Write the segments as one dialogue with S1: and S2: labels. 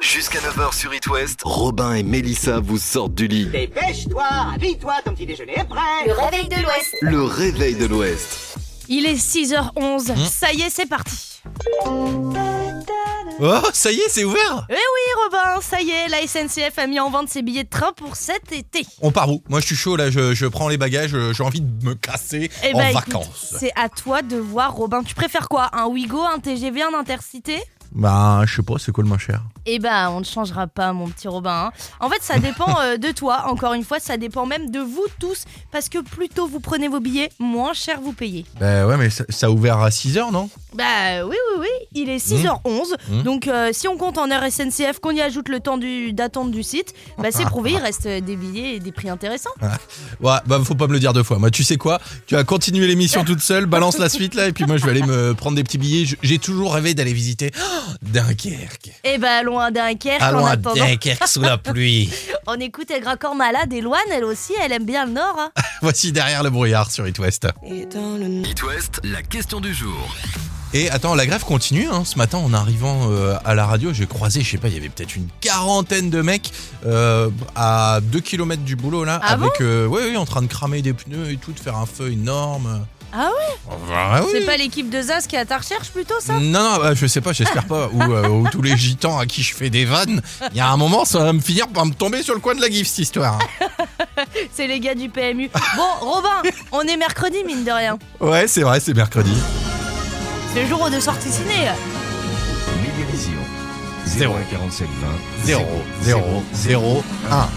S1: Jusqu'à 9h sur It West, Robin et Mélissa vous sortent du lit.
S2: Dépêche-toi, habille-toi, ton petit déjeuner est prêt.
S3: Le réveil de l'Ouest.
S1: Le réveil de l'Ouest.
S4: Il est 6h11.
S5: Mmh.
S4: Ça y est, c'est parti.
S5: Oh, ça y est, c'est ouvert
S4: Eh oui, Robin, ça y est, la SNCF a mis en vente ses billets de train pour cet été.
S5: On part où Moi, je suis chaud, là, je, je prends les bagages, euh, j'ai envie de me casser
S4: Eh
S5: en
S4: ben, écoute,
S5: vacances.
S4: C'est à toi de voir, Robin. Tu préfères quoi Un Ouigo, un TGV, un Intercité
S5: Bah, je sais pas, c'est quoi le moins cher
S4: Eh ben, on ne changera pas, mon petit Robin. hein. En fait, ça dépend euh, de toi. Encore une fois, ça dépend même de vous tous. Parce que plus tôt vous prenez vos billets, moins cher vous payez.
S5: Bah ouais, mais ça, ça a ouvert à 6h, non
S4: Bah oui, oui, oui, il est 6h11.
S5: Mmh.
S4: Donc euh, si on compte en heure SNCF, qu'on y ajoute le temps du- d'attente du site, bah
S5: Ah.
S4: c'est prouvé, il reste euh, des billets et des prix intéressants.
S5: Ouais, bah faut pas me le dire deux fois. Moi, tu sais quoi Tu vas continuer l'émission toute seule, balance la suite, là, et puis moi, je vais aller me prendre des petits billets. Je- J'ai toujours rêvé d'aller visiter oh, Dunkerque.
S4: Et bah loin d'un Dunkerque, en
S5: Allons à
S4: attendant,
S5: Dunkerque sous la pluie.
S4: on écoute Agra Malade et Loane, elle aussi, elle aime bien le Nord. hein.
S5: Voici derrière le brouillard sur It West.
S1: It West, la question du jour.
S5: Et attends, la grève continue. hein. Ce matin, en arrivant euh, à la radio, j'ai croisé, je sais pas, il y avait peut-être une quarantaine de mecs euh, à 2 km du boulot là,
S4: Ah
S5: avec, euh, ouais, ouais, en train de cramer des pneus et tout, de faire un feu énorme.
S4: Ah
S5: ouais ah, oui.
S4: C'est pas l'équipe de Zaz qui est à ta recherche plutôt ça
S5: Non, non, bah, je sais pas, j'espère pas. Ou, euh, ou tous les gitans à qui je fais des vannes, il y a un moment, ça va me finir par me tomber sur le coin de la gifle, cette histoire. hein.
S4: C'est les gars du PMU. Bon, Robin, on est mercredi mine de rien.
S5: Ouais, c'est vrai, c'est mercredi.
S4: C'est le jour de sortie ciné.
S6: Médiavision.
S5: Zéro.
S6: 47 20.
S5: 0, 0, 0, 1.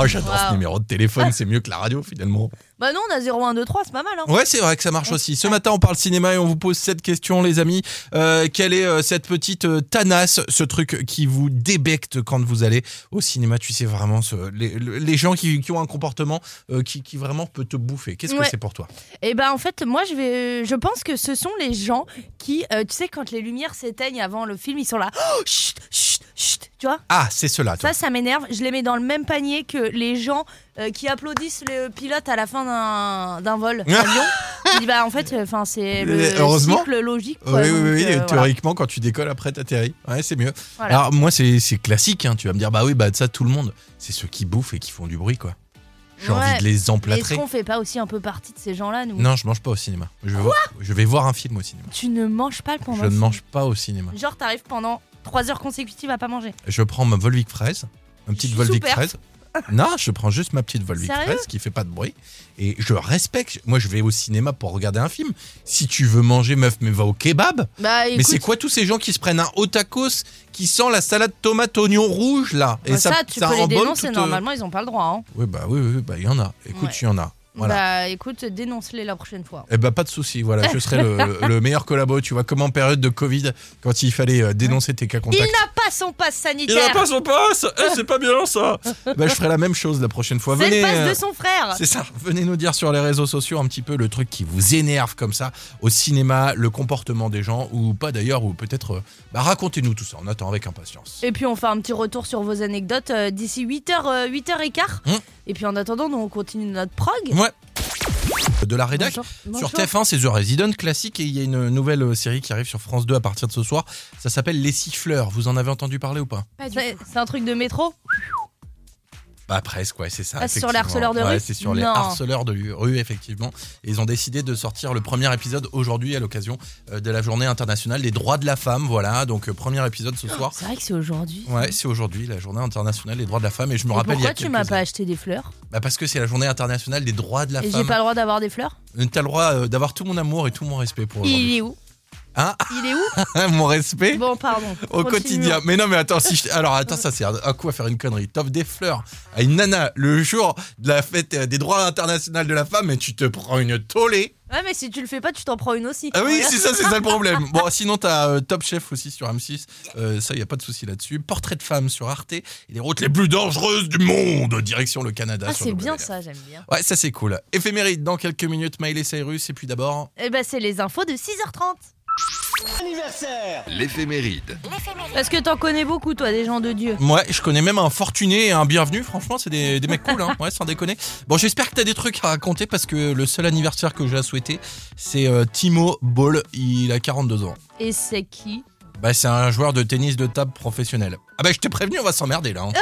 S5: Oh, j'adore
S4: Wow. Ah.
S5: ce numéro de téléphone, c'est mieux que la radio finalement.
S4: Bah non, on a 0, 1, 2, 3, c'est pas mal. Hein.
S5: Ouais, c'est vrai que ça marche aussi. Ce matin, on parle cinéma et on vous pose cette question, les amis. Euh, quelle est euh, cette petite euh, tanasse, ce truc qui vous débecte quand vous allez au cinéma Tu sais vraiment, ce- les, les gens qui, qui ont un comportement euh, qui, qui vraiment peut te bouffer. Qu'est-ce
S4: Ouais.
S5: que c'est pour toi
S4: Eh ben en fait moi je vais je pense que ce sont les gens qui euh, tu sais quand les lumières s'éteignent avant le film ils sont là oh, chut chut chut tu vois
S5: Ah, c'est cela, toi.
S4: ça ça m'énerve je les mets dans le même panier que les gens euh, qui applaudissent le pilote à la fin d'un- d'un vol d'avion je dis bah en fait enfin c'est le
S5: Euh, heureusement.
S4: cycle logique
S5: Oui,
S4: quoi.
S5: oui,
S4: Donc,
S5: oui,
S4: euh, voilà.
S5: théoriquement, quand tu décolles, après, t'atterris. Ouais, c'est mieux.
S4: Voilà.
S5: Alors, moi, c'est c'est classique, hein. tu vas me dire, bah oui, bah de ça, tout le monde. C'est ceux qui bouffent et qui font du bruit, quoi. J'ai
S4: Ouais.
S5: envie de les
S4: Mais est-ce
S5: emplâtrer.
S4: qu'on fait pas aussi un peu partie de ces gens là nous
S5: Non, je mange pas au cinéma. Je vais, voir, je vais voir un film au cinéma.
S4: tu ne manges pas pendant
S5: Je ne mange pas au cinéma.
S4: genre t'arrives pendant 3 heures consécutives à pas manger
S5: Je prends ma Volvic fraise, une petite
S4: Super.
S5: Volvic fraise. Non, je prends juste ma petite Volvic
S4: Sérieux
S5: fraise qui fait pas de bruit. Et je respecte. Moi, je vais au cinéma pour regarder un film. Si tu veux manger, meuf, mais va au kebab.
S4: bah
S5: mais c'est quoi tous ces gens qui se prennent un haut tacos qui sent la salade tomate oignon rouge là
S4: Bah, ça, tu peux les
S5: embaume
S4: dénoncer
S5: toute, euh,
S4: normalement ils ont pas le droit hein.
S5: Oui, bah oui, oui, oui, bah il y en a. Écoute,
S4: Ouais.
S5: il y en a. Voilà.
S4: Bah écoute, dénonce-les la prochaine fois.
S5: Eh ben pas de souci, voilà, je serai le, le meilleur collabo, tu vois, comme en période de Covid, quand il fallait euh, dénoncer tes cas
S4: Il
S5: contacts.
S4: n'a pas son passe sanitaire.
S5: son passe Eh, C'est pas bien ça Bah je ferai la même chose la prochaine fois.
S4: C'est le
S5: Venez,
S4: passe
S5: euh,
S4: de son frère.
S5: c'est ça, venez nous dire sur les réseaux sociaux un petit peu le truc qui vous énerve comme ça au cinéma, le comportement des gens ou pas d'ailleurs, ou peut-être euh, bah, racontez-nous tout ça, on attend avec impatience.
S4: Et puis on fait un petit retour sur vos anecdotes euh, d'ici 8h, 8h15.
S5: Hmm.
S4: Et puis en attendant, nous on continue notre prog.
S5: Ouais De la rédac
S4: Bonjour.
S5: Sur
S4: Bonjour.
S5: TF1, c'est The Resident classique et il y a une nouvelle euh, série qui arrive sur France 2 à partir de ce soir. Ça s'appelle Les Siffleurs. Vous en avez entendu parler ou pas
S4: C'est c'est un truc de métro
S5: Bah presque, ouais, c'est ça.
S4: Ah, c'est sur
S5: effectivement.
S4: les harceleurs de rue
S5: Ouais, c'est sur les
S4: Non.
S5: harceleurs de lu- rue, effectivement. Et ils ont décidé de sortir le premier épisode aujourd'hui à l'occasion euh, de la journée internationale des droits de la femme. Voilà, donc euh, premier épisode ce soir.
S4: C'est vrai que c'est aujourd'hui.
S5: Ouais, c'est aujourd'hui la journée internationale des droits de la femme. Et je me
S4: Et
S5: rappelle il y
S4: pourquoi
S5: a
S4: tu
S5: quelques
S4: m'as pas
S5: années-
S4: acheté des fleurs
S5: bah, Parce que c'est la journée internationale des droits de la
S4: Et j'ai
S5: femme.
S4: pas le droit d'avoir des fleurs
S5: T'as le droit euh, d'avoir tout mon amour et tout mon respect pour aujourd'hui.
S4: Il est où
S5: Hein
S4: Il est où
S5: mon respect
S4: Bon, pardon.
S5: au
S4: Continuons.
S5: quotidien. Mais non, mais attends, si je- alors attends, ça c'est un, un coup à faire une connerie. T'offres des fleurs à une nana le jour de la fête euh, des droits internationaux de la femme et tu te prends une tollée.
S4: Ouais, mais si tu le fais pas, tu t'en prends une aussi.
S5: Ah oui,
S4: Voilà.
S5: c'est ça, c'est ça le problème. Bon, sinon t'as euh, Top Chef aussi sur M6. Euh, ça, y a pas de souci là-dessus. Portrait de femme sur Arte. Et les routes les plus dangereuses du monde. Direction le Canada.
S4: Ah,
S5: sur
S4: c'est bien
S5: WDR.
S4: ça, j'aime bien.
S5: Ouais, ça c'est cool. Éphéméride dans quelques minutes, Miley Cyrus. Et puis d'abord,
S4: Eh ben, c'est les infos de 6h30.
S2: Anniversaire
S1: L'éphéméride.
S4: Parce que t'en connais beaucoup, toi, des gens de Dieu.
S5: Ouais, je connais même un fortuné et un bienvenu. Franchement, c'est des, des mecs cool, hein. Ouais, sans déconner. Bon, j'espère que t'as des trucs à raconter parce que le seul anniversaire que j'ai à souhaiter, c'est euh, Timo Ball. Il a 42 ans.
S4: Et c'est qui
S5: Bah, c'est un joueur de tennis de table professionnel. Ah bah, je t'ai prévenu, on va s'emmerder là. hein.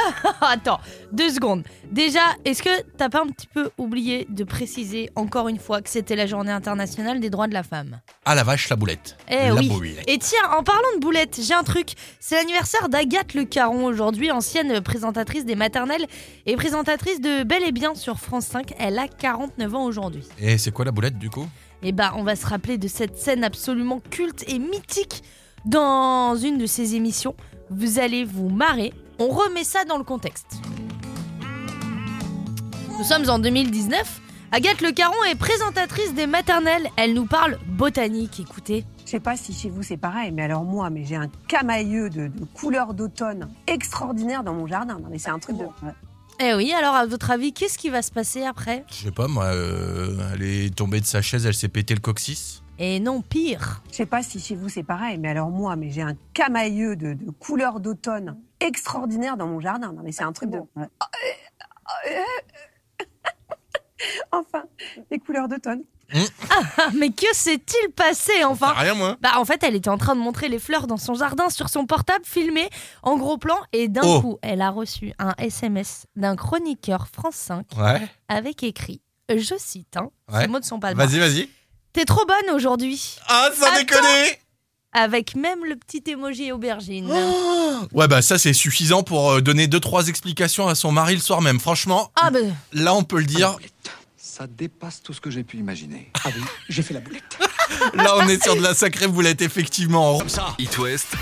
S4: Ah. Attends, deux secondes. Déjà, est-ce que t'as pas un petit peu oublié de préciser encore une fois que c'était la journée internationale des droits de la femme
S5: Ah la vache, la boulette.
S4: Eh
S5: la
S4: oui.
S5: boulette.
S4: Et tiens, en parlant de boulettes, j'ai un truc. C'est l'anniversaire d'Agathe Le Caron aujourd'hui, ancienne présentatrice des maternelles et présentatrice de Bel et Bien sur France 5. Elle a 49 ans aujourd'hui.
S5: Et Eh, c'est quoi la boulette du coup
S4: Et bah, on va se rappeler de cette scène absolument culte et mythique dans une de ses émissions. Vous allez vous marrer. On remet ça dans le contexte. Nous sommes en 2019. Agathe Le Caron est présentatrice des maternelles. Elle nous parle botanique. Écoutez.
S3: Je sais pas si chez vous c'est pareil, mais alors moi, mais j'ai un camailleux de, de couleur d'automne extraordinaire dans mon jardin. Non, mais c'est un truc de.
S4: Eh oui, alors à votre avis, qu'est-ce qui va se passer après
S5: Je sais pas moi, euh, elle est tombée de sa chaise, elle s'est pété le coccyx.
S4: Et non, pire.
S3: Je sais pas si chez vous c'est pareil, mais alors moi, mais j'ai un camailleux de, de couleur d'automne extraordinaire dans mon jardin. Non, mais c'est un truc de. enfin, les couleurs d'automne.
S4: Ah, mais que s'est-il passé enfin
S5: rien moi. hein.
S4: Bah en fait, elle était en train de montrer les fleurs dans son jardin sur son portable filmé en gros plan et d'un
S5: Oh.
S4: coup, elle a reçu un SMS d'un chroniqueur France 5
S5: Ouais.
S4: avec écrit je cite hein,
S5: Ouais.
S4: ces mots ne sont pas de moi.
S5: Vas-y, vas-y.
S4: T'es trop bonne aujourd'hui
S5: Ah, ça
S4: Attends.
S5: déconne
S4: avec même le petit émoji aubergine.
S5: Ouais bah ça c'est suffisant pour euh, donner deux trois explications à son mari le soir même. Franchement,
S4: Ah bah
S5: là on peut le dire,
S6: Ça dépasse tout ce que j'ai pu imaginer.
S2: Ah oui, j'ai fait la boulette.
S5: là on est sur de la sacrée boulette effectivement.
S1: It Ah. West,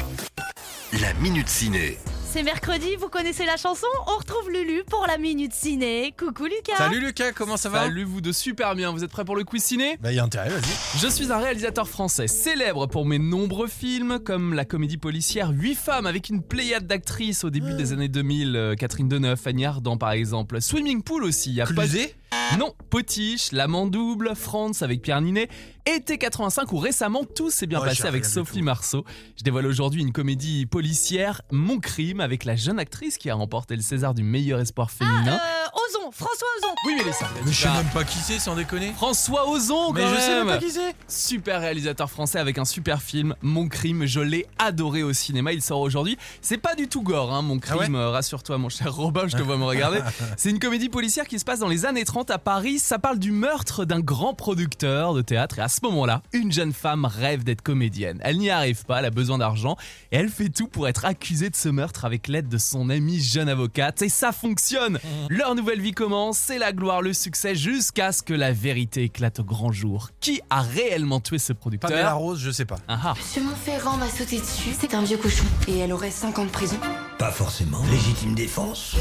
S1: la minute ciné.
S4: c'est mercredi, vous connaissez la chanson, on retrouve Lulu pour la minute ciné. Coucou Lucas.
S5: Salut Lucas, comment ça va
S7: Salut vous deux, super bien, vous êtes prêts pour le quiz ciné
S5: Bah y a intérêt, vas-y.
S7: Je suis un réalisateur français célèbre pour mes nombreux films comme la comédie policière 8 femmes avec une pléiade d'actrices au début des années 2000, euh, Catherine Deneuve, Fanny Ardant par exemple, Swimming Pool aussi, il y a pas
S5: Clusé
S7: Non, Potiche, L'amant double, France avec Pierre Ninet, Été 85 ou récemment tout s'est bien
S5: Ouais, j'ai
S7: passé avec
S5: rien du
S7: Sophie
S5: tout.
S7: Marceau. Je dévoile aujourd'hui une comédie policière, Mon crime avec la jeune actrice qui a remporté le César du meilleur espoir
S5: hein.
S7: féminin.
S4: Euh, Ozon, François Ozon.
S7: Oui mais les Ah. ça,
S5: Mais je sais même pas qui c'est sans déconner.
S7: François Ozon quand
S5: Mais je sais même
S7: même.
S5: pas qui c'est.
S7: Super réalisateur français avec un super film, Mon crime, je l'ai adoré au cinéma, il sort aujourd'hui. C'est pas du tout gore, hein, Mon crime,
S5: Ah ouais
S7: euh, rassure-toi mon cher Robin, je te vois me regarder. C'est une comédie policière qui se passe dans les années 30 à Paris, ça parle du meurtre d'un grand producteur de théâtre et à ce moment-là, une jeune femme rêve d'être comédienne. Elle n'y arrive pas, elle a besoin d'argent et elle fait tout pour être accusée de ce meurtre avec l'aide de son amie jeune avocate et ça fonctionne leur nouvelle vie commence, c'est la gloire, le succès, jusqu'à ce que la vérité éclate au grand jour. Qui a réellement tué ce
S5: Pamela
S7: producteur
S5: Rose, je sais pas.
S7: Ah ah.
S8: Monsieur Montferrand m'a sauté dessus, c'est un vieux cochon. Et elle aurait 5 ans de prison.
S9: Pas forcément. Légitime défense.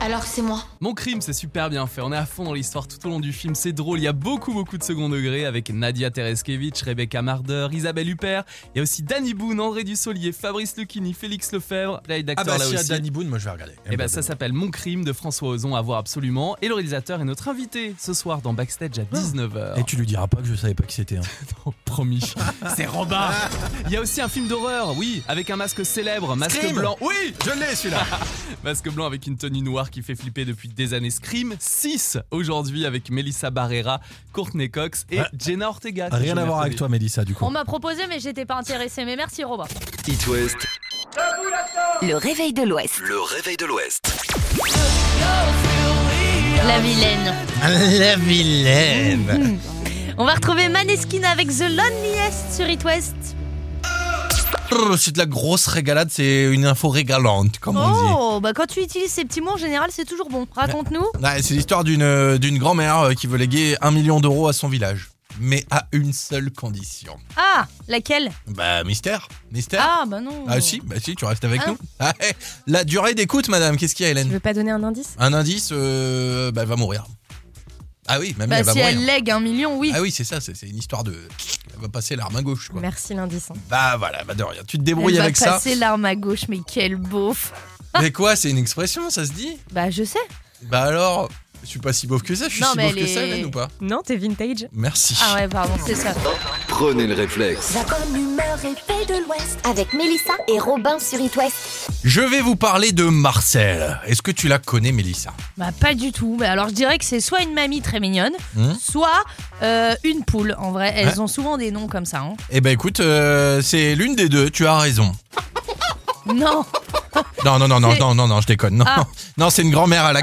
S8: Alors c'est moi.
S7: Mon crime, c'est super bien fait. On est à fond dans l'histoire tout au long du film. C'est drôle. Il y a beaucoup, beaucoup de second degré avec Nadia Tereskevich, Rebecca Marder, Isabelle Huppert. Il y a aussi Danny Boone, André Dussolier, Fabrice Lucchini, Félix Lefebvre. Play
S5: Ah
S7: d'acteur
S5: bah
S7: là
S5: si y a
S7: aussi.
S5: Danny Boone, moi je vais regarder.
S7: Et bah ça s'appelle Mon crime de François Ozon à voir absolument. Et le réalisateur est notre invité ce soir dans Backstage
S5: Ah.
S7: à 19h.
S5: tu lui diras pas que je savais pas qui c'était. hein.
S7: Oh, promis. C'est Robin. Il y a aussi un film d'horreur, oui, avec un masque célèbre, masque
S5: Scream.
S7: blanc. Oui,
S5: Je l'ai celui-là.
S7: masque blanc avec une tenue noire qui fait flipper depuis des années. Scream 6 aujourd'hui avec Melissa Barrera, Courtney Cox et
S5: Ouais.
S7: Jenna Ortega. que
S5: Ah. Rien
S7: je
S5: à voir avec
S7: mercredi.
S5: toi, Mélissa, du coup.
S4: On m'a proposé mais j'étais pas intéressée. Mais merci Robin.
S1: It West,
S10: Le réveil de l'Ouest.
S1: le réveil de l'Ouest.
S4: La vilaine.
S5: La vilaine.
S4: On va retrouver Maneskin avec The Loneliest sur It West.
S5: Oh, C'est de la grosse régalade, c'est une info régalante, comme on dit.
S4: Oh, bah quand tu utilises ces petits mots en général, c'est toujours bon. Raconte-nous.
S5: Ouais, c'est l'histoire d'une euh, d'une grand-mère euh, qui veut léguer un million d'euros à son village. Mais à une seule condition.
S4: Ah, laquelle
S5: Bah, mystère. Mystère
S4: Ah, bah non.
S5: Ah, si, bah si, tu restes avec
S4: Ah.
S5: nous. Ah, eh, la durée d'écoute, madame, qu'est-ce qu'il y a, Hélène
S10: veux pas donner un indice
S5: Un indice, euh, bah, elle va mourir. Ah oui, mamie,
S4: Bah
S5: elle va
S4: si
S5: mourir.
S4: elle lègue un million, oui.
S5: Ah oui, c'est ça, c'est c'est une histoire de. Elle va passer l'arme à gauche, quoi.
S10: Merci l'indice. hein.
S5: Bah voilà, bah de rien. Tu te
S4: Elle
S5: débrouilles
S4: va
S5: avec ça.
S4: passer l'arme à gauche, mais quel beauf.
S5: Mais quoi, c'est une expression, ça se dit
S4: Bah je sais.
S5: Bah alors, je suis pas si beauf que ça, je suis
S4: Non,
S5: si
S4: mais
S5: beauf
S4: elle
S5: que ça,
S4: est-
S5: Hélène, ou pas
S10: Non, t'es vintage.
S5: Merci.
S4: Ah ouais, pardon, c'est ça.
S1: Prenez le réflexe.
S10: La bonne humeur et paix de l'Ouest avec Mélissa et Robin sur It West.
S5: Je vais vous parler de Marcel. Est-ce que tu la connais, Mélissa
S4: Bah pas du tout. Bah, alors je dirais que c'est soit une mamie très mignonne,
S5: Hmm.
S4: soit euh, une poule. En vrai, elles
S5: Ouais.
S4: ont souvent des noms comme ça. hein.
S5: Eh ben écoute, euh, c'est l'une des deux, tu as raison.
S4: Non.
S5: Non, non, non, non,
S4: C'est-
S5: non, non, non, je déconne. Non,
S4: Ah.
S5: non c'est une grand-mère, elle a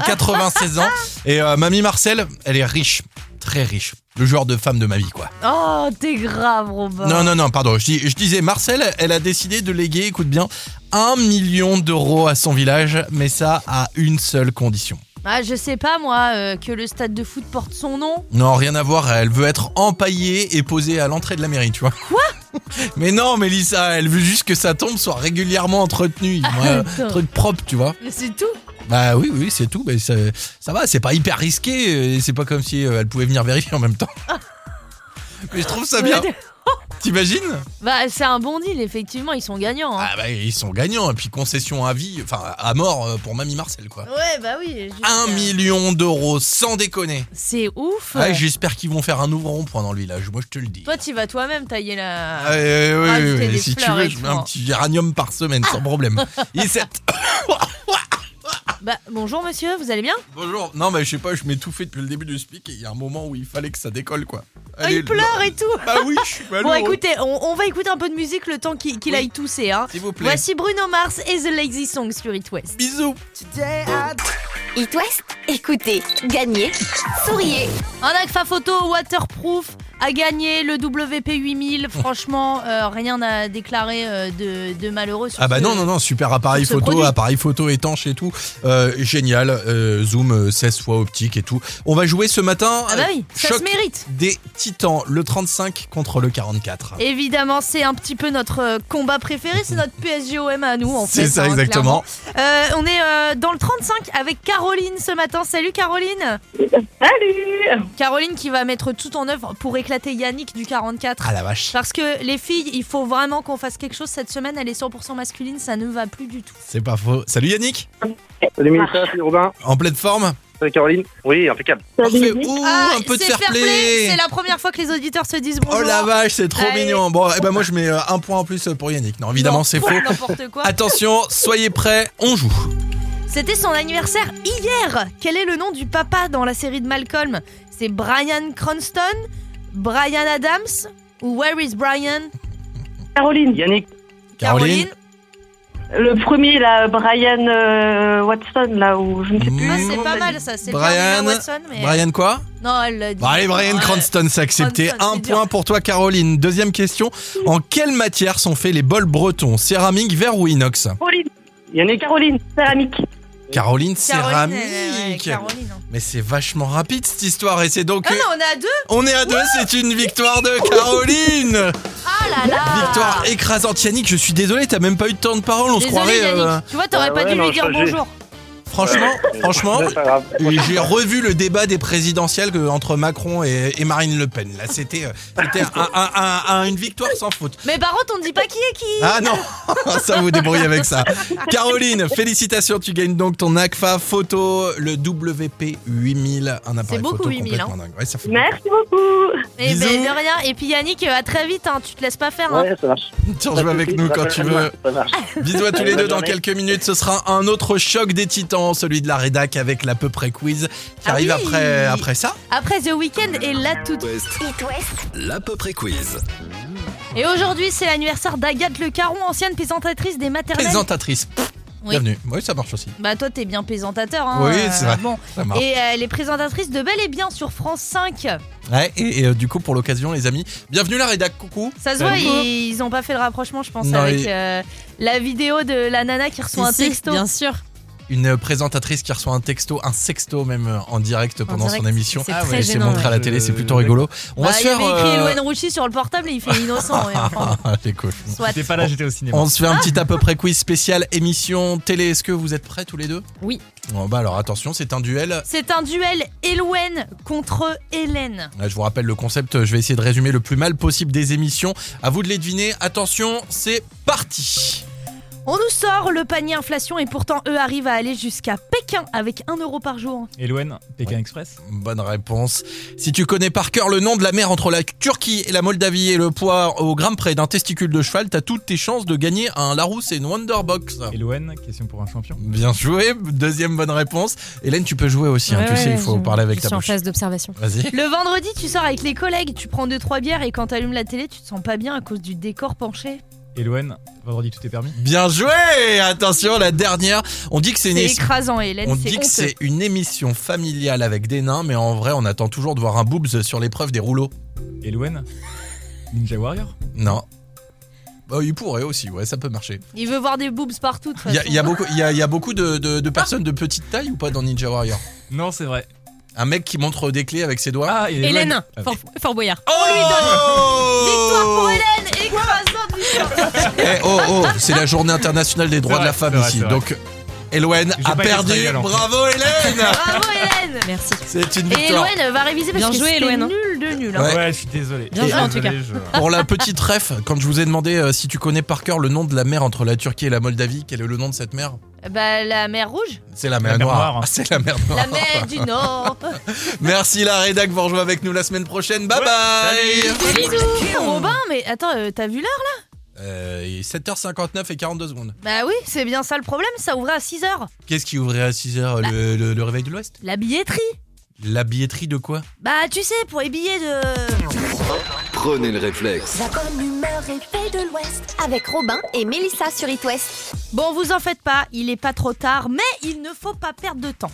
S5: 96 ans. Et euh, mamie Marcel, elle est riche, très riche. Le genre de femme de ma vie, quoi.
S4: Oh, t'es grave, Robin.
S5: Non, non, non, pardon. Je, dis- je disais, Marcel, elle a décidé de léguer, écoute bien, un million d'euros à son village, mais ça à une seule condition.
S4: Ah, je sais pas moi euh, que le stade de foot porte son nom.
S5: Non, rien à voir, elle veut être empaillée et posée à l'entrée de la mairie, tu vois. Quoi Mais non, Mélissa, elle veut juste que sa tombe soit régulièrement entretenue. Un
S4: Ah, Attends.
S5: truc propre, tu vois.
S4: Mais c'est tout.
S5: Bah oui, oui, c'est tout. Mais ça, ça va, c'est pas hyper risqué. euh, C'est pas comme si euh, elle pouvait venir vérifier en même temps. Mais je trouve ça Ah, bien. T'imagines
S4: Bah c'est un bon deal effectivement, ils sont gagnants. hein.
S5: Ah bah ils sont gagnants. Et puis concession à vie, enfin à mort euh, pour Mamie Marcel quoi.
S4: Ouais, bah oui. je-
S5: Un million d'euros, sans déconner.
S4: C'est ouf.
S5: Ah, J'espère qu'ils vont faire un nouveau rond-point dans le village. Moi je te le dis.
S4: Toi, tu vas toi-même tailler la.
S5: Ah, euh, oui,
S4: Rajouter
S5: oui, oui,
S4: des
S5: si tu
S4: fleurs
S5: veux,
S4: et
S5: je
S4: tout,
S5: mets un
S4: hein.
S5: petit géranium par semaine sans problème. Et cette-
S4: Bah bonjour monsieur, vous allez bien
S5: Bonjour. Non mais je sais pas, je m'étouffais depuis le début du speak et il y a un moment où il fallait que ça décolle quoi.
S4: Ah,
S5: Allez,
S4: Il pleure et tout.
S5: Bah oui, je suis pas
S4: Bon,
S5: lourd.
S4: écoutez, on, on va écouter un peu de musique le temps qu'il qu'il
S5: Oui.
S4: aille tousser. Hein.
S5: S'il vous plaît.
S4: Voici Bruno Mars et The Lazy Song sur It West.
S5: Bisous.
S10: It West, écoutez, gagnez, souriez.
S4: Un Agfa photo waterproof a gagné le WP8000. Franchement, euh, rien à déclarer euh, de, de malheureux sur
S5: Ah bah
S4: ce-
S5: non, non, non, super appareil
S4: sur ce
S5: photo,
S4: produit.
S5: appareil photo étanche et tout. Euh, génial, euh, zoom euh, 16 fois optique et tout. On va jouer ce matin.
S4: Ah bah
S5: euh,
S4: oui, ça
S5: choc
S4: se mérite.
S5: Des titans, le 35 contre le 44.
S4: Évidemment, c'est un petit peu notre euh, combat préféré, c'est notre PSGOM à nous en fait.
S5: C'est ça
S4: hein,
S5: exactement.
S4: clairement. Euh, on est euh, dans le 35 avec Caroline ce matin. Salut Caroline
S11: Salut
S4: Caroline qui va mettre tout en œuvre pour éclater Yannick du 44.
S5: Ah la vache,
S4: Parce que les filles, il faut vraiment qu'on fasse quelque chose cette semaine. Elle est 100% masculine, ça ne va plus du tout.
S5: c'est pas faux. Salut Yannick,
S11: Salut
S2: Mélissa,
S11: salut Robin,
S5: en pleine forme.
S11: salut Caroline. Oui, impeccable.
S5: Parfait. Ouh,
S4: Ah,
S5: un peu de
S4: c'est
S5: fair play.
S4: C'est la première fois que les auditeurs se disent bonjour.
S5: Oh la vache, c'est trop
S4: Allez.
S5: mignon. Bon, et ben moi je mets euh, un point en plus pour Yannick. Non, évidemment,
S4: Non,
S5: c'est
S4: pour
S5: faux.
S4: N'importe quoi.
S5: Attention, soyez prêts, on joue.
S4: C'était son anniversaire hier. Quel est le nom du papa dans la série de Malcolm C'est Brian Cranston, Brian Adams ou Where is Brian
S11: Caroline. Yannick.
S5: Caroline.
S11: Le premier, là, Brian euh, Watson, là, où je ne sais plus.
S4: Ah,
S5: Mm.
S4: c'est pas mal ça, c'est
S5: Brian-
S4: Brian Watson. Mais...
S5: Brian quoi
S4: Non, elle l'a dit.
S5: Bon, allez, Brian
S4: Ouais.
S5: Cranston, c'est accepté.
S4: Cranston,
S5: un
S4: c'est
S5: point
S4: dur.
S5: pour toi, Caroline. Deuxième question. En quelle matière sont faits les bols bretons Céramique, verre ou inox
S11: Caroline. Yannick. Caroline, céramique.
S5: Caroline,
S4: Caroline,
S5: céramique.
S4: elle- ouais, Caroline, hein.
S5: Mais c'est vachement rapide cette histoire. Et c'est donc.
S4: Ah non, on est à deux
S5: On est à deux, c'est une victoire de Caroline
S4: Ah là là
S5: Victoire écrasante. Yannick, je suis désolé, t'as même pas eu de temps de parole. On se
S4: Désolé
S5: croirait. euh,
S4: Yannick, tu vois, t'aurais
S11: Ah
S4: pas
S11: ouais,
S4: dû
S11: non,
S4: lui dire
S11: ça, j'ai-
S4: bonjour.
S5: franchement, franchement.
S11: C'est pas grave.
S5: J'ai revu le débat des présidentielles que- entre Macron et, et Marine Le Pen. Là, c'était euh, c'était un- un- un- un- une victoire sans faute.
S4: Mais par contre, on ne dit pas qui est qui
S5: Ah non, ça vous débrouillez avec ça. Caroline, félicitations, tu gagnes donc ton ACFA photo, le WP8000, un appareil
S4: beaucoup,
S5: photo
S4: 8000,
S5: complètement dingue. Ouais, ça fait
S11: Merci beaucoup.
S4: Eh ben,
S5: bisous.
S4: de rien. Et puis Yannick, euh, à très vite, hein, tu te laisses pas faire. hein.
S11: ça marche.
S5: beaucoup. Tu rejoues avec nous quand tu veux.
S11: Ça marche.
S5: Bisous à tous les
S11: Bonne
S5: deux dans
S11: journée.
S5: quelques minutes. Ce sera un autre choc des titans, celui de la rédac avec l'à peu près quiz qui
S4: Ah
S5: arrive
S4: oui.
S5: après, après ça.
S4: Après The Weeknd et là tout
S1: West,
S10: It West,
S1: l'à peu près quiz.
S4: Et aujourd'hui, c'est l'anniversaire d'Agathe Le Caron, ancienne présentatrice des maternelles.
S5: Présentatrice.
S4: Oui.
S5: Bienvenue. Oui, ça marche aussi.
S4: Bah toi, t'es bien présentateur. Hein,
S5: Oui, c'est vrai.
S4: Bon.
S5: Ça marche.
S4: Et euh, elle est présentatrice de Bel et Bien sur France 5.
S5: Ouais, et, et, euh, du coup, pour l'occasion, les amis, bienvenue la rédac. Coucou.
S4: Ça se voit, ils, ils ont pas fait le rapprochement, je pense,
S5: Non,
S4: avec
S5: et-
S4: euh, la vidéo de la nana qui reçoit un
S10: Si, si,
S4: texto.
S10: bien
S4: sûr.
S5: une euh, présentatrice qui reçoit un texto, un sexto même euh, en direct pendant
S4: direct,
S5: son émission.
S10: c'est
S5: Ah
S10: très
S5: ouais, c'est
S10: gênant,
S5: montré à la
S6: ouais.
S5: télé, c'est
S6: Euh,
S5: plutôt rigolo. On va
S4: Bah,
S5: se
S4: il y
S5: faire.
S4: avait écrit
S5: euh, Ah,
S4: Eloane Rouchy sur le portable et il fait innocent. ouais, enfin,
S5: les cochons.
S4: soit.
S7: T'es pas là, j'étais au cinéma.
S5: On se fait un petit à peu près quiz spécial émission télé. Est-ce que vous êtes prêts tous les deux
S4: Oui.
S5: Bon bah alors attention, c'est un duel.
S4: C'est un duel Eloane contre Hélène.
S5: Là, je vous rappelle le concept. Je vais essayer de résumer le plus mal possible des émissions. À vous de les deviner. Attention, c'est parti.
S4: On nous sort le panier inflation et pourtant eux arrivent à aller jusqu'à Pékin avec 1 euro par jour.
S12: Elouen, Pékin Express
S5: Bonne réponse. Si tu connais par cœur le nom de la mer entre la Turquie et la Moldavie et le poids au gramme près d'un testicule de cheval, t'as toutes tes chances de gagner un Larousse et une Wonderbox.
S12: Elouen, question pour un champion.
S5: Bien joué, deuxième bonne réponse. Hélène, tu peux jouer aussi, hein,
S13: Ouais,
S5: tu
S13: ouais,
S5: sais, il faut
S13: je-
S5: parler avec
S13: je
S5: ta
S13: suis en
S5: bouche.
S13: phase d'observation.
S5: Vas-y.
S4: Le vendredi, tu sors avec les collègues, tu prends 2-3 bières et quand t'allumes la télé, tu te sens pas bien à cause du décor penché.
S12: Elouen, vendredi tout est permis
S5: Bien joué Attention, la dernière. On dit que c'est une,
S4: C'est
S5: émission-
S4: écrasant, Hélène.
S5: on
S4: c'est
S5: dit que
S4: honteux.
S5: c'est une émission familiale avec des nains, mais en vrai, on attend toujours de voir un boobs sur l'épreuve des rouleaux.
S12: Elouen, Ninja Warrior
S5: Non. Bah, il pourrait aussi, ouais, ça peut marcher.
S4: Il veut voir des boobs partout. de toute
S5: Il y a,
S4: façon.
S5: y a beaucoup, y a- y a beaucoup de, de- de personnes de petite taille ou pas dans Ninja Warrior
S12: Non, c'est vrai.
S5: Un mec qui montre des clés avec ses doigts
S12: Ah,
S13: Hélène, Fort, Fort Boyard.
S4: Victoire pour Hélène, écrasante victoire.
S5: Oh Eh, oh, oh, c'est la journée internationale des droits de la
S12: vrai,
S5: femme
S12: c'est vrai,
S5: ici.
S12: c'est vrai.
S5: Donc, Eloen
S12: J'ai
S5: a
S12: pas été
S5: perdu.
S12: très galant.
S5: Bravo, Hélène
S4: Bravo Hélène.
S13: Merci.
S5: C'est une
S4: Et
S5: victoire.
S4: Hélène va réviser parce
S13: Bien
S4: que
S13: joué,
S4: c'était
S13: Hélène.
S4: nul de nul. hein.
S5: Ouais.
S12: Ouais, je suis désolé.
S13: Bien joué, en tout cas.
S5: Pour la petite ref, quand je vous ai demandé euh, si tu connais par cœur le nom de la mer entre la Turquie et la Moldavie, quel est le nom de cette mer
S4: Bah la mer rouge,
S5: C'est la mer
S12: mer
S5: Noire.
S12: Noire.
S5: Ah, c'est la mer Noire.
S4: la mer du Nord.
S5: Merci la rédac pour jouer avec nous la semaine prochaine. Bye bye
S4: Bisous. Robin, mais attends, euh, t'as vu l'heure là
S5: Euh, il est 7h59 et 42 secondes.
S4: Bah oui, c'est bien ça le problème, ça ouvrait à 6h.
S5: Qu'est-ce qui ouvrait à 6h
S4: Ah.
S5: le, le- le réveil de l'Ouest
S4: La billetterie.
S5: La billetterie de quoi
S4: Bah tu sais, pour les billets de...
S1: Prenez le réflexe.
S10: La bonne humeur et paix de l'Ouest avec Robin et Mélissa sur It West.
S4: Bon, vous en faites pas, il est pas trop tard, mais il ne faut pas perdre de temps.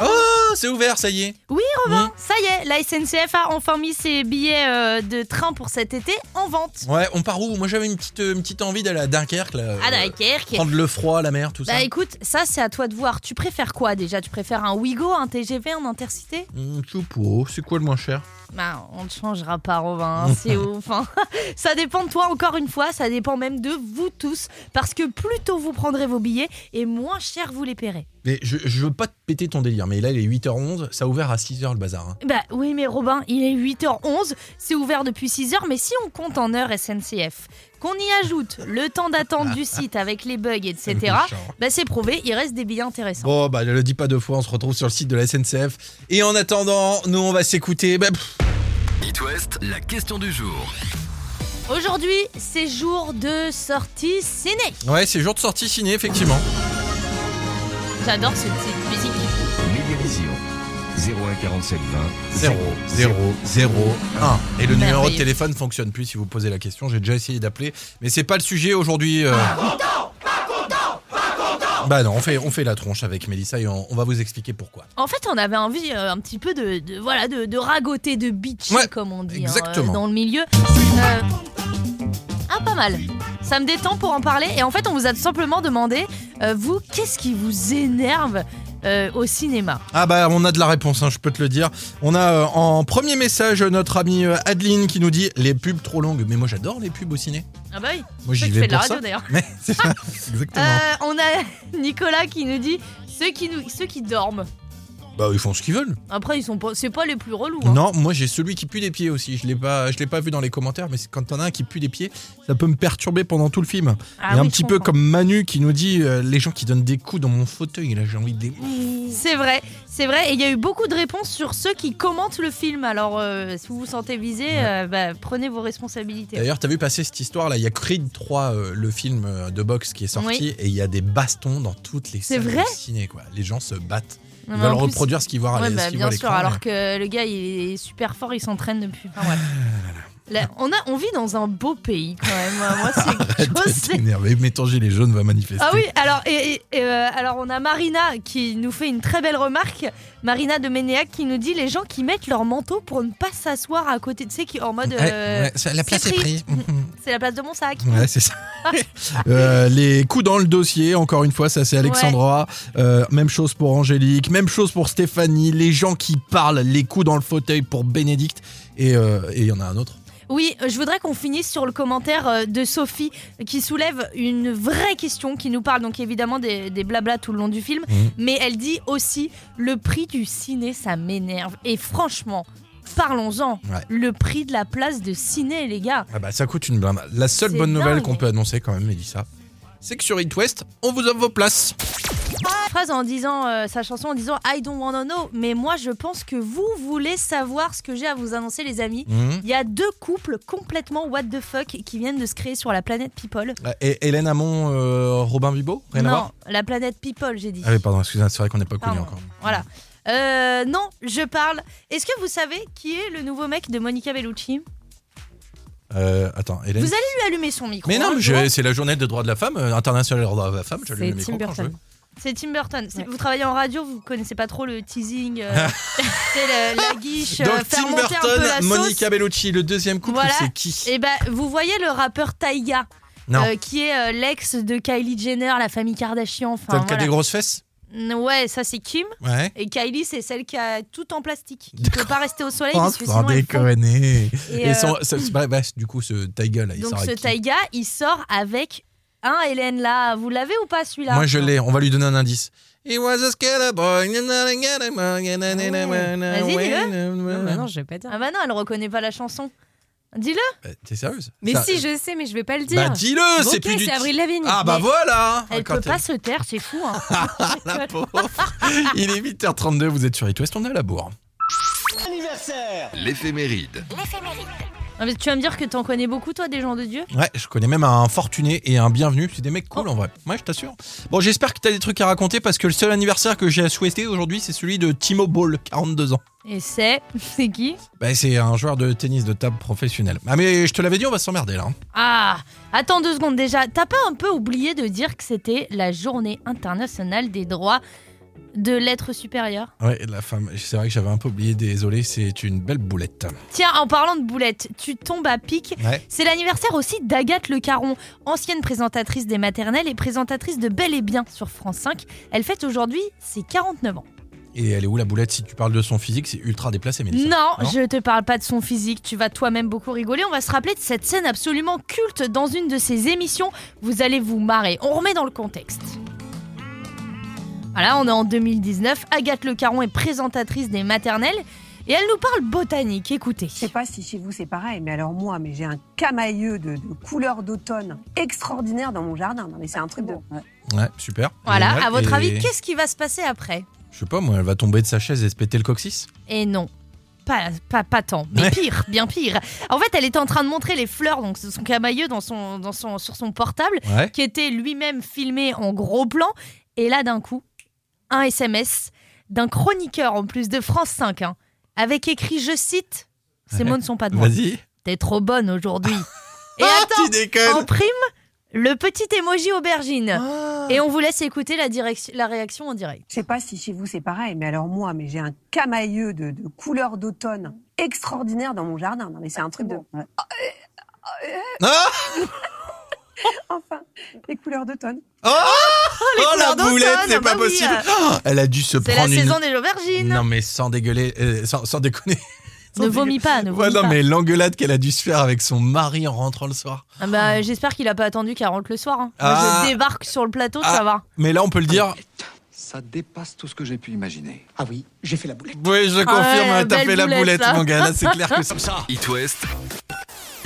S5: Oh, c'est ouvert, ça y est.
S4: Oui, Robin,
S5: Mmh.
S4: ça y est, la SNCF a enfin mis ses billets euh, de train pour cet été en vente.
S5: Mmh. Ouais, on part où Moi j'avais une petite, une petite envie d'aller à Dunkerque. Là,
S4: À
S5: Euh,
S4: Dunkerque.
S5: Prendre le froid, la mer, tout ça.
S4: Bah écoute, ça c'est à toi de voir. Tu préfères quoi déjà Tu préfères un Ouigo, un TGV, un Intercité
S5: Hum, je sais pas, c'est quoi le moins cher
S4: Bah on ne changera pas Robin, hein, c'est ouf. hein. Ça dépend de toi encore une fois, ça dépend même de vous tous. Parce que plus tôt vous prendrez vos billets et moins cher vous les paierez.
S5: Mais je, je veux pas te péter ton délire, mais là il est 8h11, ça a ouvert à 6h le bazar. hein.
S4: Bah oui mais Robin, il est 8h11, c'est ouvert depuis 6h, mais si on compte en heures SNCF, qu'on y ajoute le temps d'attente du site avec les bugs, etc.,
S5: méchant.
S4: bah c'est prouvé, il reste des billets intéressants.
S5: Bon, bah ne le dis pas deux fois, on se retrouve sur le site de la SNCF. Et en attendant, nous on va s'écouter. Bah, pff,
S1: It West, la question du jour.
S4: Aujourd'hui, c'est jour de sortie ciné.
S5: ouais, c'est jour de sortie ciné, effectivement.
S4: J'adore cette petite musique.
S14: Médiavision 0147 20
S5: 0, 0, 0, 1. Et le numéro de
S4: Merveilleux.
S5: téléphone fonctionne plus si vous posez la question. J'ai déjà essayé d'appeler, mais c'est pas le sujet aujourd'hui. euh. Bah non, on fait, on fait la tronche avec Mélissa et on, on va vous expliquer pourquoi.
S4: En fait, on avait envie euh, un petit peu de, de- voilà de, de ragoter, de bitcher,
S5: Ouais,
S4: comme on dit hein,
S5: exactement.
S4: euh, dans le milieu. Euh, Ah, pas mal. Ça me détend pour en parler. Et en fait, on vous a tout simplement demandé, euh, vous, qu'est-ce qui vous énerve euh, au cinéma
S5: Ah bah on a de la réponse, hein, je peux te le dire. On a euh, en premier message notre amie euh, Adeline qui nous dit les pubs trop longues. Mais moi j'adore les pubs au ciné.
S4: Ah bah oui. C'est
S5: Moi
S4: vrai
S5: j'y
S4: que
S5: vais
S4: tu fais de la
S5: pour
S4: radio,
S5: ça.
S4: d'ailleurs.
S5: Mais c'est ça, exactement.
S4: Euh, on a Nicolas qui nous dit ceux qui, nous, ceux qui dorment.
S5: Bah ils font ce qu'ils veulent.
S4: Après, ils sont pas, c'est pas les plus relous. hein.
S5: Non, moi j'ai celui qui pue des pieds aussi. Je l'ai pas, je l'ai pas vu dans les commentaires, mais c'est quand t'en as un qui pue des pieds, ça peut me perturber pendant tout le film.
S4: Ah
S5: Et un
S4: oui, je
S5: petit peu
S4: comprends.
S5: comme Manu qui nous dit euh, les gens qui donnent des coups dans mon fauteuil. Là j'ai envie de. les-
S4: C'est vrai, c'est vrai. Et il y a eu beaucoup de réponses sur ceux qui commentent le film. Alors, euh, si vous vous sentez visé, euh, bah, prenez vos responsabilités.
S5: D'ailleurs, t'as vu passer cette histoire là Il y a Creed 3, euh, le film euh, de boxe qui est sorti,
S4: Oui.
S5: et il y a des bastons dans toutes les
S4: C'est
S5: salles
S4: vrai
S5: de ciné. Quoi. Les gens se battent.
S4: Non,
S5: Ils
S4: mais
S5: veulent
S4: en plus-
S5: reproduire ce qu'ils voient à
S4: Ouais,
S5: l'é-
S4: bah,
S5: ce qu'ils voient à
S4: bien sûr,
S5: l'écran.
S4: alors que le gars, il est super fort, il s'entraîne depuis. Enfin, ouais.
S5: Ah,
S4: Là, on, a, on vit dans un beau pays quand même. hein. Moi, c'est
S5: Arrête
S4: quelque
S5: de
S4: chose. c'est-
S5: t'énerver, mais ton gilet jaune va manifester.
S4: Ah oui, alors, et, et- et, euh, alors on a Marina qui nous fait une très belle remarque. Marina de Ménéac qui nous dit les gens qui mettent leur manteau pour ne pas s'asseoir à côté de ceux qui en mode.
S5: Ouais,
S4: euh,
S5: ouais, ça- la place
S4: c'est
S5: est
S4: pris.
S5: prise.
S4: C'est la place de mon sac.
S5: Ouais, c'est ça. Euh, les coups dans le dossier, encore une fois, ça c'est Alexandra. Euh, même chose pour Angélique, même chose pour Stéphanie. Les gens qui parlent, les coups dans le fauteuil pour Bénédicte. Et euh, et il y en a un autre.
S4: Oui, euh, je voudrais qu'on finisse sur le commentaire euh, de Sophie qui soulève une vraie question qui nous parle donc évidemment des, des blablas tout le long du film,
S5: Mhm.
S4: mais elle dit aussi le prix du ciné ça m'énerve et franchement parlons-en
S5: Ouais.
S4: le prix de la place de ciné les gars
S5: Ah bah ça coûte une blinde. La seule
S4: C'est
S5: bonne nouvelle
S4: dingue.
S5: qu'on peut annoncer quand même, Mélissa, c'est que sur It West, on vous offre vos places.
S4: Phrase en disant euh, sa chanson en disant I don't wanna know, mais moi je pense que vous voulez savoir ce que j'ai à vous annoncer, les amis. Il
S5: Mhm.
S4: y a deux couples complètement what the fuck qui viennent de se créer sur la planète People.
S5: Euh, Et Hélène Hamon, euh, Robin Bibo Rien
S4: non,
S5: à voir
S4: la planète People, j'ai dit.
S5: Ah oui, pardon, excusez-moi, c'est vrai qu'on n'est pas connus
S4: Pardon.
S5: encore.
S4: Voilà. Euh, non, je parle. Est-ce que vous savez qui est le nouveau mec de Monica Bellucci
S5: Euh, attends, Hélène.
S4: Vous allez lui allumer son micro.
S5: Mais
S4: hein,
S5: non, mais
S4: je
S5: je-
S4: vois.
S5: c'est la journée des droits de la femme, euh, internationale des droits de la femme. Je lui mets mes cours quand je veux.
S4: C'est Tim Burton. C'est- Vous travaillez en radio, vous connaissez pas trop le teasing, euh, c'est le- la guiche, euh,
S5: Donc
S4: faire
S5: Tim
S4: monter un peu
S5: Burton,
S4: la sauce.
S5: Monica Bellucci, le deuxième couple,
S4: Voilà.
S5: c'est qui
S4: Et ben, vous voyez le rappeur Taiga,
S5: Non.
S4: euh, qui est euh, l'ex de Kylie Jenner, la famille Kardashian. Enfin,
S5: Celle qui a
S4: voilà.
S5: des grosses fesses
S4: Mm, Ouais, ça c'est Kim.
S5: Ouais.
S4: Et Kylie, c'est celle qui a tout en plastique, qui peut pas rester au soleil.
S5: Oh,
S4: parce que sinon,
S5: sans
S4: elle fond.
S5: déconner.
S4: Et,
S5: Et
S4: euh,
S5: son- ce- ce- bah, bah, du coup, ce Taiga là, il
S4: Donc
S5: sort
S4: ce
S5: avec qui
S4: Taiga, il sort avec un Hélène là. Vous l'avez ou pas celui-là
S5: Moi, je l'ai. On va lui donner un indice. He was a
S4: Ah Vas-y, dis-le.
S13: Non, bah non, je vais pas dire.
S4: Ah bah non, elle reconnaît pas la chanson. Dis-le.
S5: Euh, T'es sérieuse
S13: Mais
S5: Ça-
S13: si, je sais, mais je vais pas le dire.
S5: Bah dis-le, c'est
S13: Ok,
S5: plus du.
S13: c'est Avril Lavigne.
S5: Ah bah
S13: Mais-
S5: voilà
S4: Elle
S5: Quand
S4: peut pas se taire, c'est fou. hein.
S5: La pauvre. Il est 8h32, vous êtes sur It West, on est à la bourre.
S2: Anniversaire
S14: L'éphéméride.
S4: Ah, mais tu vas me dire que t'en connais beaucoup toi des gens de Dieu
S5: Ouais, je connais même un fortuné et un bienvenu. C'est des mecs
S4: Oh.
S5: cool en vrai. Moi, je t'assure. Bon, j'espère que t'as des trucs à raconter parce que le seul anniversaire que j'ai à souhaiter aujourd'hui, c'est celui de Timo Ball, 42 ans.
S4: Et c'est c'est qui
S5: Bah, c'est un joueur de tennis de table professionnel. Ah, mais je te l'avais dit, on va s'emmerder là. hein.
S4: Ah Attends deux secondes déjà. T'as pas un peu oublié de dire que c'était la journée internationale des droits de l'être supérieur
S5: Ouais, la femme, c'est vrai que j'avais un peu oublié, désolé, c'est une belle boulette.
S4: Tiens, en parlant de boulettes, tu tombes à pic.
S5: Ouais.
S4: C'est l'anniversaire aussi d'Agathe Le Caron, ancienne présentatrice des maternelles et présentatrice de Bel et Bien sur France 5. Elle fête aujourd'hui ses 49 ans.
S5: Et elle est où la boulette Si tu parles de son physique, c'est ultra déplacé, mais
S4: Non, je te parle pas de son physique, tu vas toi-même beaucoup rigoler. On va se rappeler de cette scène absolument culte dans une de ses émissions. Vous allez vous marrer. On remet dans le contexte. Voilà, on est en 2019. Agathe Le Caron est présentatrice des maternelles et elle nous parle botanique. Écoutez.
S3: Je sais pas si chez vous c'est pareil, mais alors moi, mais j'ai un camailleux de, de couleur d'automne extraordinaire dans mon jardin. Non, mais c'est un truc de.
S5: Ouais, super.
S4: Voilà,
S5: Génial.
S4: à votre
S5: Et-
S4: avis, qu'est-ce qui va se passer après
S5: Je sais pas, moi, elle va tomber de sa chaise et se péter le coccyx
S4: Et non. Pas, pas, pas tant, mais
S5: Ouais.
S4: pire, bien pire. En fait, elle était en train de montrer les fleurs, donc son camailleux dans son, dans son, sur son portable,
S5: Ouais.
S4: qui était lui-même filmé en gros plan. Et là, d'un coup, un SMS d'un chroniqueur en plus de France 5, hein, avec écrit, je cite, ces mots ne sont pas de moi.
S5: Vas-y. Ah,
S4: T'es trop bonne aujourd'hui. Et attends, en prime, le petit emoji aubergine.
S5: Ah.
S4: Et on vous laisse écouter la, direction, la réaction en direct.
S3: Je sais pas si chez vous c'est pareil, mais alors moi, mais j'ai un camailleux de, de couleur d'automne extraordinaire dans mon jardin. Non, mais c'est un truc de. enfin, les couleurs d'automne.
S5: Oh,
S3: les
S5: Oh, la
S3: couleurs d'automne,
S5: boulette, c'est
S3: bah
S5: pas
S3: oui,
S5: possible.
S3: euh.
S5: Oh, elle a dû se
S4: C'est
S5: prendre
S4: la
S5: une-
S4: saison des aubergines.
S5: Non mais sans dégueuler, euh, sans, sans déconner. Sans
S4: Ne
S5: dégueuler.
S4: vomis pas, ne vomis
S5: Ouais, non,
S4: pas.
S5: mais l'engueulade qu'elle a dû se faire avec son mari en rentrant le soir.
S4: Ah bah, J'espère qu'il a pas attendu qu'elle rentre le soir. hein. Moi,
S5: Ah.
S4: je débarque sur le plateau, tu vas voir.
S5: Mais là, on peut le dire.
S6: Ça dépasse tout ce que j'ai pu imaginer. Ah oui,
S9: J'ai fait la boulette.
S5: Oui, je
S6: Ah
S5: confirme, hein,
S6: ouais,
S5: t'as
S6: belle
S5: fait la
S6: boulette,
S5: boulette,
S6: là.
S5: mon gars. Là, c'est clair que
S14: Comme
S5: ça.
S14: ça. It West,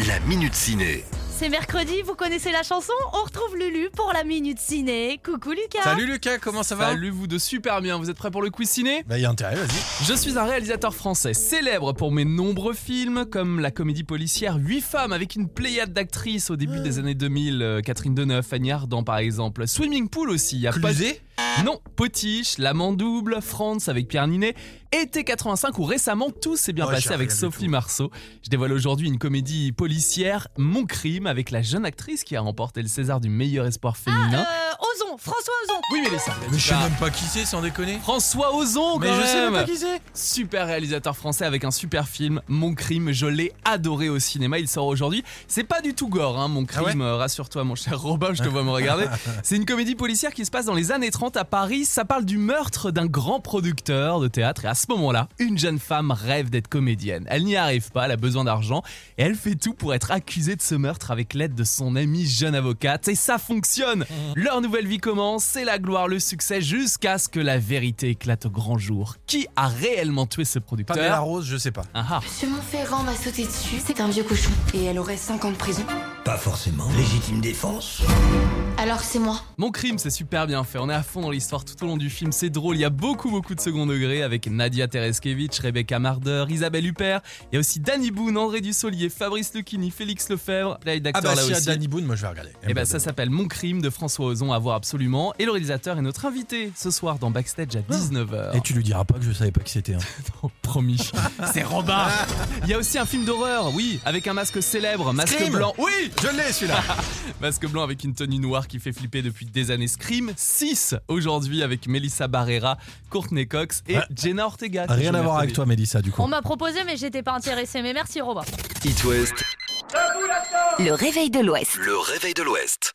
S14: la minute ciné.
S4: C'est mercredi, vous connaissez la chanson On retrouve Lulu pour la minute ciné. Coucou Lucas.
S5: Lucas, comment ça
S7: va Salut vous deux, super bien. Vous êtes prêts pour le quiz ciné
S5: Bah, y a intérêt, vas-y.
S7: Je suis un réalisateur français célèbre pour mes nombreux films comme la comédie policière 8 femmes avec une pléiade d'actrices au début des années 2000, euh, Catherine Deneuve, Fanny Ardant par exemple, Swimming Pool aussi, il y a pas-
S5: Cluzet
S7: Non, Potiche, L'amant double, France avec Pierre Ninet, Été 85 ou récemment tout s'est bien
S5: Ouais,
S7: passé
S5: j'ai
S7: avec
S5: rien du
S7: Sophie Marceau. Je dévoile aujourd'hui une comédie policière, Mon crime avec la jeune actrice qui a remporté le César du meilleur espoir
S4: Ah,
S7: féminin.
S4: Euh, Ozon, François Ozon.
S7: Oui mais les ça.
S5: Mais je sais même pas qui c'est, sans déconner.
S7: François Ozon,
S5: Mais
S7: quand
S5: je sais même
S7: même.
S5: pas qui c'est.
S7: Super réalisateur français avec un super film, Mon crime, je l'ai adoré au cinéma, il sort aujourd'hui. C'est pas du tout gore, hein, Mon
S5: Ah
S7: crime, euh, rassure-toi mon cher Robin, je te vois me regarder. C'est une comédie policière qui se passe dans les années 30 à Paris, ça parle du meurtre d'un grand producteur de théâtre et à ce moment-là, une jeune femme rêve d'être comédienne. Elle n'y arrive pas, elle a besoin d'argent et elle fait tout pour être accusée de ce meurtre avec l'aide de son amie jeune avocate et ça fonctionne. Leur nouvelle vie commence, c'est la gloire, le succès jusqu'à ce que la vérité éclate au grand jour. Qui a réellement tué ce producteur
S5: Pamela Rose, je sais pas.
S7: Ah ah.
S8: Monsieur Montferrand m'a sauté dessus, c'est un vieux cochon. Et elle aurait 5 ans de prison.
S9: Pas forcément. Légitime défense.
S8: Alors c'est moi.
S7: Mon crime, c'est super bien fait. On est à fond dans l'histoire tout au long du film. C'est drôle. Il y a beaucoup, beaucoup de second degré avec Nadia Tereskevich, Rebecca Marder, Isabelle Huppert. Il y a aussi Danny Boone, André Dussolier, Fabrice Lucchini, Félix Lefebvre. Play
S5: Ah
S7: d'acteur
S5: bah
S7: là
S5: si, à
S7: aussi.
S5: Danny Boone, moi je vais regarder.
S7: Et bah ça s'appelle Mon crime de François Ozon à voir absolument. Et le réalisateur est notre invité ce soir dans Backstage à 19h.
S5: Et tu lui diras pas que je savais pas que c'était. hein.
S7: Promis. C'est Robin. Il y a aussi un film d'horreur, oui, avec un masque célèbre, masque
S5: Scream.
S7: blanc. Oui,
S5: Je l'ai celui-là.
S7: Masque blanc avec une tenue noire qui fait flipper depuis des années. Scream 6 aujourd'hui avec Melissa Barrera, Courtney Cox et
S5: Ouais.
S7: Jenna Ortega. c'est
S5: Rien à
S7: Jenna
S5: voir avec
S7: Ortega.
S5: toi, Mélissa, du
S4: On
S5: coup.
S4: m'a proposé, mais j'étais pas intéressée. Mais merci, Robin.
S1: It West,
S10: Le réveil de l'Ouest.
S1: le réveil de l'Ouest.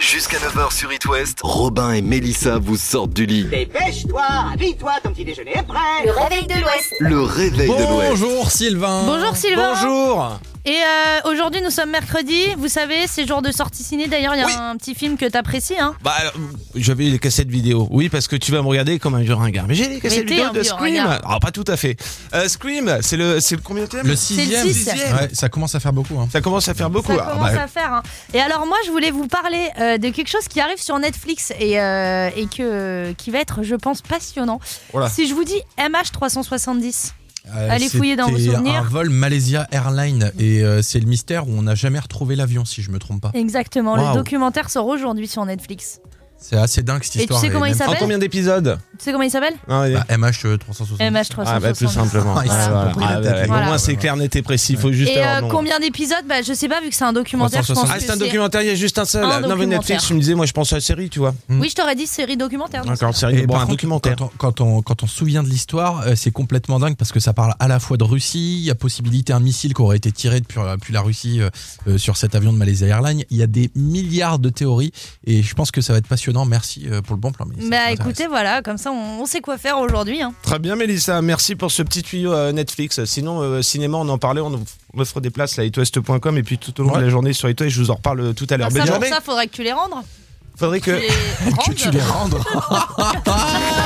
S1: Jusqu'à 9h sur It West, Robin et Mélissa vous sortent du lit.
S2: Dépêche-toi, habille-toi, ton petit déjeuner est prêt.
S10: Le réveil de l'Ouest.
S1: Le réveil de l'Ouest.
S5: Bonjour Sylvain.
S4: Bonjour, Sylvain.
S5: Bonjour.
S4: Et euh, aujourd'hui, nous sommes mercredi. Vous savez, c'est jour de sortie ciné. D'ailleurs, il y a un petit film que t'apprécies. Hein.
S15: Bah, euh, j'avais les cassettes vidéo. Oui, parce que tu vas me regarder comme un vieux ringard. Mais j'ai les cassettes
S4: Mais t'es
S15: vidéo
S4: un
S15: de
S4: vieux
S15: Scream.
S4: ringard.
S15: Ah, pas tout à fait. Euh, Scream, c'est le, c'est le combien
S5: Le sixième.
S4: C'est le sixième. Sixième.
S5: Ouais, ça commence à faire beaucoup. hein.
S15: Ça commence à faire beaucoup.
S4: Ça
S15: Ah,
S4: commence
S15: bah,
S4: à faire. hein. Et alors moi, je voulais vous parler euh, de quelque chose qui arrive sur Netflix et, euh, et que, qui va être, je pense, passionnant.
S5: Oh là.
S4: Si je vous dis MH370,
S5: Euh,
S4: allez fouiller dans vos
S5: c'était Un
S4: souvenirs.
S5: vol Malaysia Airlines et euh, c'est le mystère où on n'a jamais retrouvé l'avion si je me trompe pas.
S4: Exactement,
S5: Waouh.
S4: le documentaire sort aujourd'hui sur Netflix.
S5: C'est assez dingue cette
S4: Et tu
S5: histoire.
S4: sais comment il
S5: même- Bah,
S4: s'appelle En combien
S15: d'épisodes
S4: Tu sais comment il s'appelle
S5: MH 360.
S4: MH370.
S15: Ah, bah, tout simplement.
S5: Ah, ils
S15: Ouais,
S5: sont
S15: voilà.
S5: compris la
S15: Ah,
S5: tête.
S15: ouais, ouais.
S4: Voilà.
S15: Au moins, c'est clair, net et précis. Il faut juste
S4: Et
S15: avoir
S4: euh,
S15: le nom.
S4: combien d'épisodes bah, Je sais pas, vu que c'est un documentaire, je pense
S15: Ah,
S4: que
S15: c'est un documentaire, il y a juste un seul.
S4: Un
S15: non, mais
S4: documentaire.
S15: Netflix, je me disais, moi, je pense à la série, tu vois.
S4: Oui, je t'aurais dit série documentaire. donc
S15: D'accord,
S4: c'est-
S15: série.
S5: Hmm. Et
S15: Bon,
S5: par
S15: un
S5: contre,
S15: documentaire.
S5: Quand on, quand on, quand on se souvient de l'histoire, euh, c'est complètement dingue parce que ça parle à la fois de Russie, il y a possibilité un missile qui aurait été tiré depuis, depuis la Russie euh, euh, sur cet avion de Malaysia Airlines. Il y a des milliards de théories et je pense que ça va être passionnant. Merci euh, pour le bon plan. Mélissa. Ça
S4: Bah
S5: m'intéresse.
S4: écoutez, voilà, comme ça on, on sait quoi faire aujourd'hui. hein.
S15: Très bien, Mélissa. Merci pour ce petit tuyau euh, Netflix. Sinon, euh, cinéma, on en parlait. On offre des places là, itwest.com et puis tout au long de la journée sur itwest. Je vous en reparle euh, tout à l'heure.
S4: Ah, ça,
S15: Bonne
S4: pour
S15: journée.
S4: ça, faudrait que tu les rendes.
S15: Faudrait que.
S4: Tu les rendes.
S5: tu les rendes.